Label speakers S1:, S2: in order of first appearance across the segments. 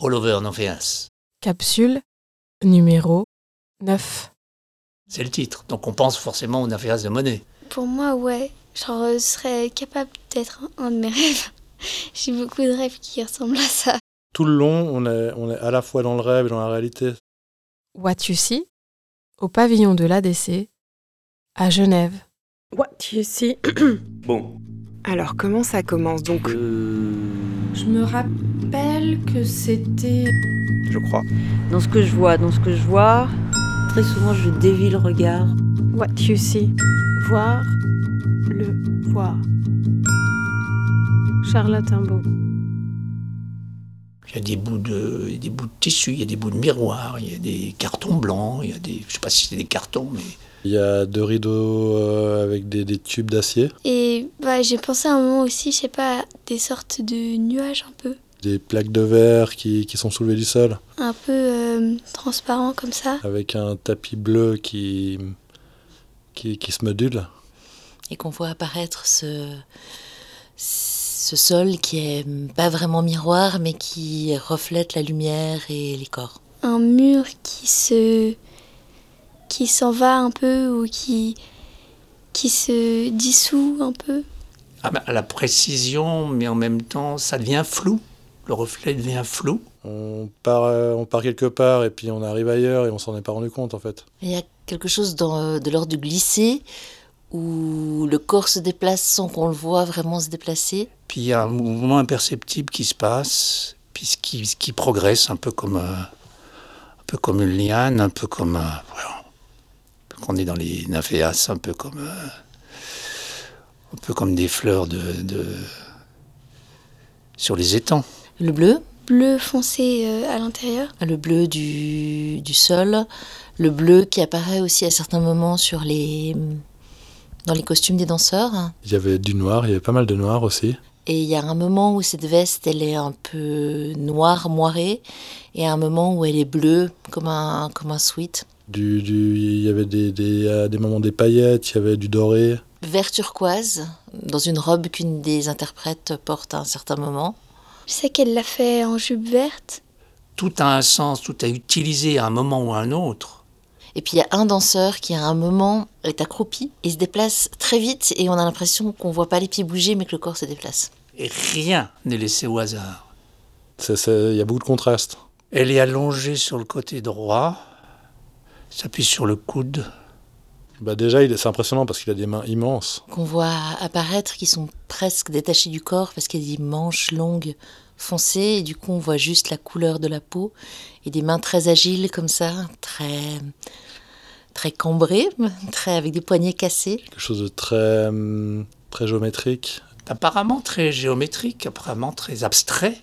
S1: All over, on en fait un.
S2: Capsule numéro 9.
S1: C'est le titre. Donc on pense forcément aux nymphéas de Monet.
S3: Pour moi, ouais. Genre, euh, je serais capable d'être un un de mes rêves. J'ai beaucoup de rêves qui ressemblent à ça.
S4: Tout le long, on est, on est à la fois dans le rêve et dans la réalité.
S2: What You See au pavillon de l'ADC à Genève.
S5: What you see
S6: Bon,
S5: Alors comment ça commence donc
S7: Euh,
S8: Je me rappelle que c'était.
S6: je crois.
S9: Dans ce que je vois, dans ce que je vois, très souvent je dévie le regard.
S8: What you see. Voir le voir. Charlotte Imbaud.
S1: Il y a des bouts de, il y a des bouts de tissu, il y a des bouts de miroir, il y a des cartons blancs, il y a des, je sais pas si c'est des cartons, mais
S4: Il y a deux rideaux euh, avec des, des tubes d'acier,
S3: Et bah, j'ai pensé à un moment aussi, je sais pas, à des sortes de nuages un peu.
S4: des plaques de verre qui, qui sont soulevées du sol,
S3: Un peu euh, transparents comme ça.
S4: avec un tapis bleu qui, qui, qui se module.
S7: et qu'on voit apparaître ce, ce sol qui est pas vraiment miroir, mais qui reflète la lumière et les corps.
S3: Un mur qui se. qui s'en va un peu ou qui. qui se dissout un peu.
S1: ah ben, à la précision, mais en même temps, ça devient flou. Le reflet devient flou.
S4: On part, euh, on part quelque part et puis on arrive ailleurs et on s'en est pas rendu compte en fait.
S7: Il y a quelque chose dans, euh, de l'ordre du glisser, où le corps se déplace sans qu'on le voit vraiment se déplacer.
S1: Puis il y a un mouvement imperceptible qui se passe, puis ce qui, ce qui progresse un peu comme, euh, un peu comme une liane, un peu comme, euh, voilà. qu'on est dans les nymphéas, un peu comme, euh, un peu comme des fleurs de, de- sur les étangs.
S7: Le bleu,
S3: Bleu foncé euh, à l'intérieur.
S7: le bleu du, du sol, le bleu qui apparaît aussi à certains moments sur les, dans les costumes des danseurs.
S4: Il y avait du noir, il y avait pas mal de noir aussi.
S7: Et il y a un moment où cette veste, elle est un peu noire, moirée, et un moment où elle est bleue, comme un, comme un sweat.
S4: Du, du, il y avait des, des, à des moments des paillettes, il y avait du doré.
S7: Vert turquoise, dans une robe qu'une des interprètes porte à un certain moment.
S3: Je sais qu'elle l'a fait en jupe verte.
S1: Tout a un sens, tout a utilisé à un moment ou à un autre.
S7: Et puis il y a un danseur qui, à un moment, est accroupi et se déplace très vite, et on a l'impression qu'on voit pas les pieds bouger, mais que le corps se déplace.
S1: et rien n'est laissé au hasard.
S4: C'est- c'est- Il y a beaucoup de contrastes.
S1: Elle est allongée sur le côté droit, s'appuie sur le coude.
S4: Bah déjà, il est- c'est impressionnant parce qu'il a des mains immenses.
S7: Qu'on voit apparaître, qui sont presque détachés du corps, parce qu'il y a des manches longues foncées, et du coup on voit juste la couleur de la peau, et des mains très agiles comme ça, très très cambrées, très avec des poignets cassés.
S4: quelque chose de très, hum, très géométrique.
S1: Apparemment très géométrique, apparemment très abstrait.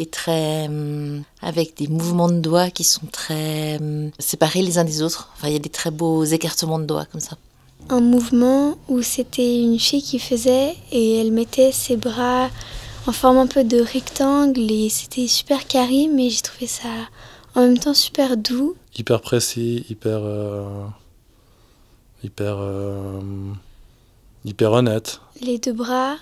S7: et très hum, avec des mouvements de doigts qui sont très hum, séparés les uns des autres. Enfin, il y a des très beaux écartements de doigts comme ça.
S3: un mouvement où c'était une fille qui faisait et elle mettait ses bras en forme un peu de rectangle et c'était super carré mais j'ai trouvé ça en même temps super doux.
S4: Hyper précis, hyper. euh, hyper. euh, hyper honnête.
S3: Les deux bras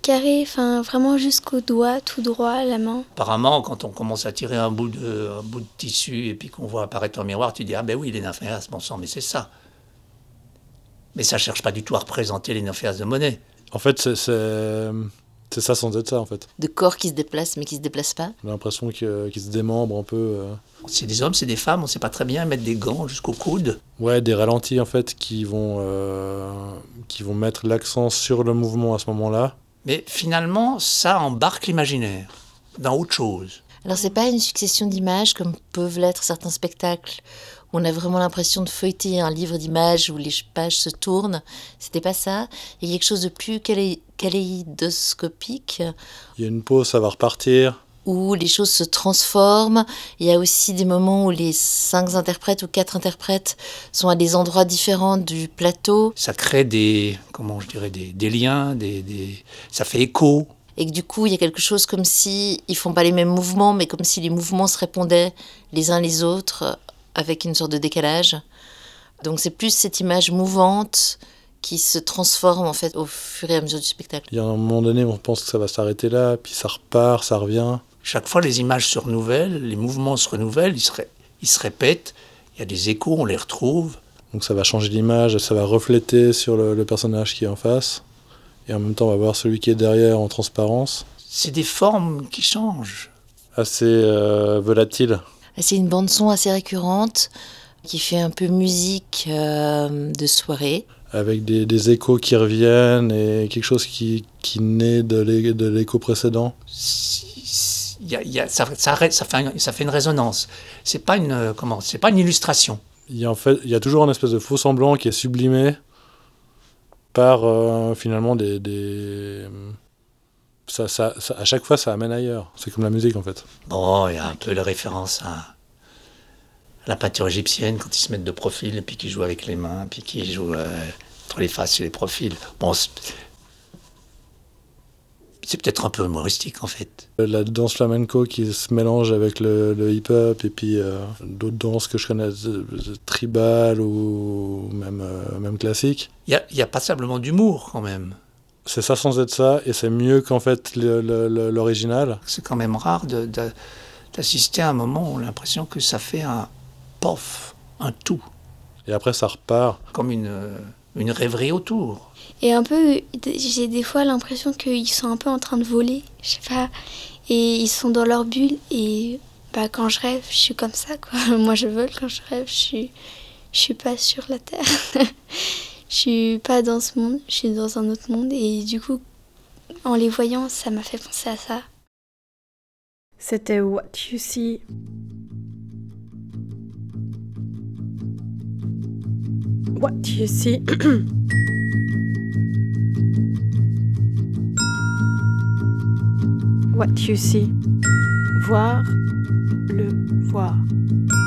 S3: carrés, enfin vraiment jusqu'au doigt, tout droit, la main.
S1: Apparemment, quand on commence à tirer un bout de, un bout de tissu et puis qu'on voit apparaître un miroir, tu dis Ah ben oui, les nymphéas, bon sang, mais c'est ça. Mais ça cherche pas du tout à représenter les nymphéas de Monet.
S4: En fait, c'est- c'est. C'est ça sans être ça, en fait.
S7: De corps qui se déplacent mais qui se déplacent pas.
S4: J'ai l'impression que- qu'il se démembre un peu. euh.
S1: C'est des hommes, c'est des femmes, on sait pas très bien, mettre des gants jusqu'au coude.
S4: Ouais, des ralentis, en fait, qui vont. euh, qui vont mettre l'accent sur le mouvement à ce moment-là.
S1: Mais finalement, ça embarque l'imaginaire dans autre chose.
S7: Alors c'est pas une succession d'images comme peuvent l'être certains spectacles où on a vraiment l'impression de feuilleter un livre d'images où les pages se tournent. C'était pas ça. Il y a quelque chose de plus kalé- kaléidoscopique
S4: Il y a une pause, ça va repartir.
S7: où les choses se transforment. Il y a aussi des moments où les cinq interprètes ou quatre interprètes sont à des endroits différents du plateau
S1: ça crée des, comment je dirais, des, des liens, des, des- ça fait écho.
S7: et que du coup il y a quelque chose comme si ils font pas les mêmes mouvements, mais comme si les mouvements se répondaient les uns les autres euh, avec une sorte de décalage. Donc c'est plus cette image mouvante qui se transforme en fait au fur et à mesure du spectacle.
S4: Il y a un moment donné, on pense que ça va s'arrêter là, puis ça repart, ça revient.
S1: Chaque fois, les images se renouvellent, les mouvements se renouvellent, ils se, ré- ils se répètent, il y a des échos, on les retrouve.
S4: Donc ça va changer l'image, ça va refléter sur le, le personnage qui est en face. Et en même temps, on va voir celui qui est derrière en transparence.
S1: C'est des formes qui changent.
S4: Assez euh, volatile.
S7: Ah, C'est une bande son assez récurrente qui fait un peu musique euh, de soirée.
S4: avec des, des échos qui reviennent et quelque chose qui, qui naît de l'é- de l'écho précédent.
S1: Si- si- il y a- il y a- ça, ça ré- ça fait, un- ça fait une résonance. C'est pas une euh, comment C'est pas une illustration.
S4: Il y a, en fait, il y a toujours un espèce de faux semblant qui est sublimé par euh, finalement des. des- Ça, ça- ça- à chaque fois, ça amène ailleurs. C'est comme la musique en fait.
S1: Bon, il y a un peu la référence à, à la peinture égyptienne quand ils se mettent de profil et puis qu'ils jouent avec les mains, puis qu'ils jouent euh, entre les faces et les profils. Bon, c'est c'est peut-être un peu humoristique en fait.
S4: Euh, La danse flamenco qui se mélange avec le, le hip-hop et puis euh, d'autres danses que je connais, euh, tribal ou même, euh, même classique.
S1: Il y a, il y a passablement d'humour quand même.
S4: C'est ça sans être ça et c'est mieux qu'en fait le- le- le- l'original.
S1: C'est quand même rare de- de- d'assister à un moment où on a l'impression que ça fait un pof, un tout,
S4: Et après, ça repart.
S1: comme une, euh, une rêverie autour.
S3: Et un peu, j'ai des fois l'impression qu'ils sont un peu en train de voler, je sais pas. Et ils sont dans leur bulle. Et bah, quand je rêve, je suis comme ça, quoi. Moi, je vole quand je rêve, je suis, je suis pas sur la terre. je suis pas dans ce monde, je suis dans un autre monde. Et du coup, en les voyant, ça m'a fait penser à ça.
S8: C'était What You See.
S5: What You See.
S8: What You See. Voir, le voir.